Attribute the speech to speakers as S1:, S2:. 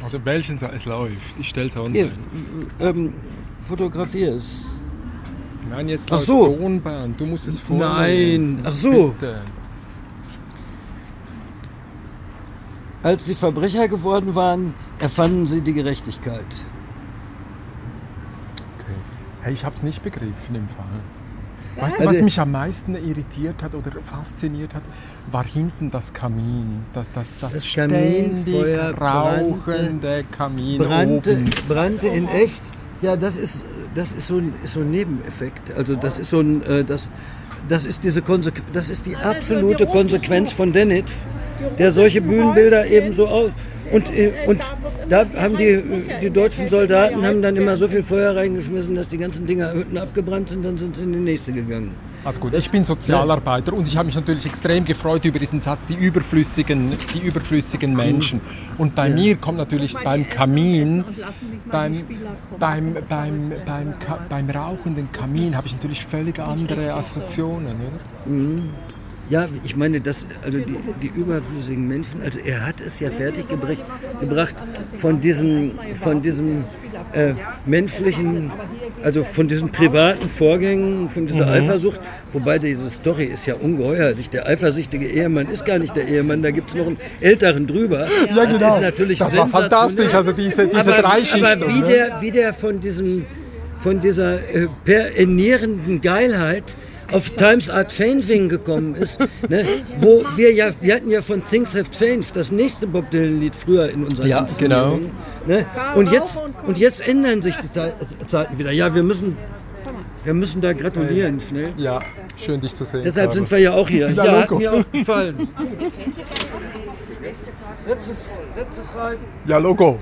S1: Also welchen es läuft. Ich stell's auch
S2: Hier,
S1: nicht.
S2: ähm, fotografier es.
S1: Nein, jetzt
S2: Ach
S1: läuft
S2: so.
S1: Tonband. Du musst es
S2: Nein,
S1: vorlesen.
S2: ach so.
S1: Bitte.
S2: Als sie Verbrecher geworden waren, erfanden sie die Gerechtigkeit.
S3: Okay. Hey, ich hab's nicht begriffen im Fall. Weißt du,
S2: Also-
S3: was mich am meisten irritiert hat oder fasziniert hat, war hinten das Kamin. Das, das, das,
S2: Das
S3: ständig
S2: Kaminfeuer brannte-
S3: rauchende Kamin
S2: Brannte,
S3: oben.
S2: brannte in echt. Ja, das ist, das ist, so, ein, ist so ein Nebeneffekt. Also das ist so ein, äh, das, das ist diese Konsequ das ist die absolute Konsequenz von Denit, der solche Bühnenbilder eben so aus. Und, äh, und da haben die, die deutschen Soldaten haben dann immer so viel Feuer reingeschmissen, dass die ganzen Dinger Hütten abgebrannt sind, dann sind sie in die nächste gegangen.
S3: Also gut, ich bin Sozialarbeiter und ich habe mich natürlich extrem gefreut über diesen Satz, die überflüssigen, die überflüssigen Menschen. Und bei mir kommt natürlich beim Kamin, beim, beim, beim, beim, Ka beim rauchenden Kamin habe ich natürlich völlig andere Assoziationen. Oder?
S2: Ja, ich meine, das, also die, die überflüssigen Menschen, also er hat es ja fertig gebracht, gebracht von diesem, von diesem äh, menschlichen, also von diesen privaten Vorgängen, von dieser
S3: Mhm.
S2: Eifersucht. Wobei diese Story ist ja ungeheuerlich. Der eifersüchtige Ehemann ist gar nicht der Ehemann, da gibt es noch einen älteren drüber. das Ist natürlich
S3: genau. das war
S2: sensationell.
S3: fantastisch, also diese, diese
S2: aber,
S3: Dreischichtung.
S2: aber wie
S3: ne?
S2: der, wie der von diesem, von dieser äh, perennierenden Geilheit auf Times Are Changing gekommen ist, ne? wo wir ja, wir hatten ja von Things Have Changed das nächste Bob Dylan Lied früher in unserer
S3: Ja, genau.
S2: Inszenierung, Ne? Und jetzt und jetzt ändern sich die Te- Zeiten wieder. Ja, wir müssen, wir müssen da gratulieren schnell.
S3: Ja, schön dich zu sehen.
S2: Deshalb
S3: Carlo.
S2: sind wir ja auch hier.
S3: Ja,
S2: Ja, hat
S3: Logo.
S2: mir auch gefallen. Setz es, setz es rein.
S3: Ja, Logo.